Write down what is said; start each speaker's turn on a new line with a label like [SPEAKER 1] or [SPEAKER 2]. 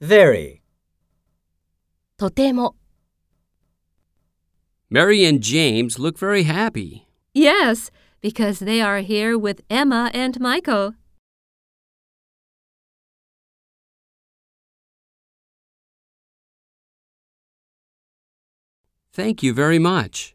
[SPEAKER 1] Very.
[SPEAKER 2] とても。
[SPEAKER 3] Mary and James look very happy.
[SPEAKER 2] Yes, because they are here with Emma and Michael.
[SPEAKER 3] Thank you very much.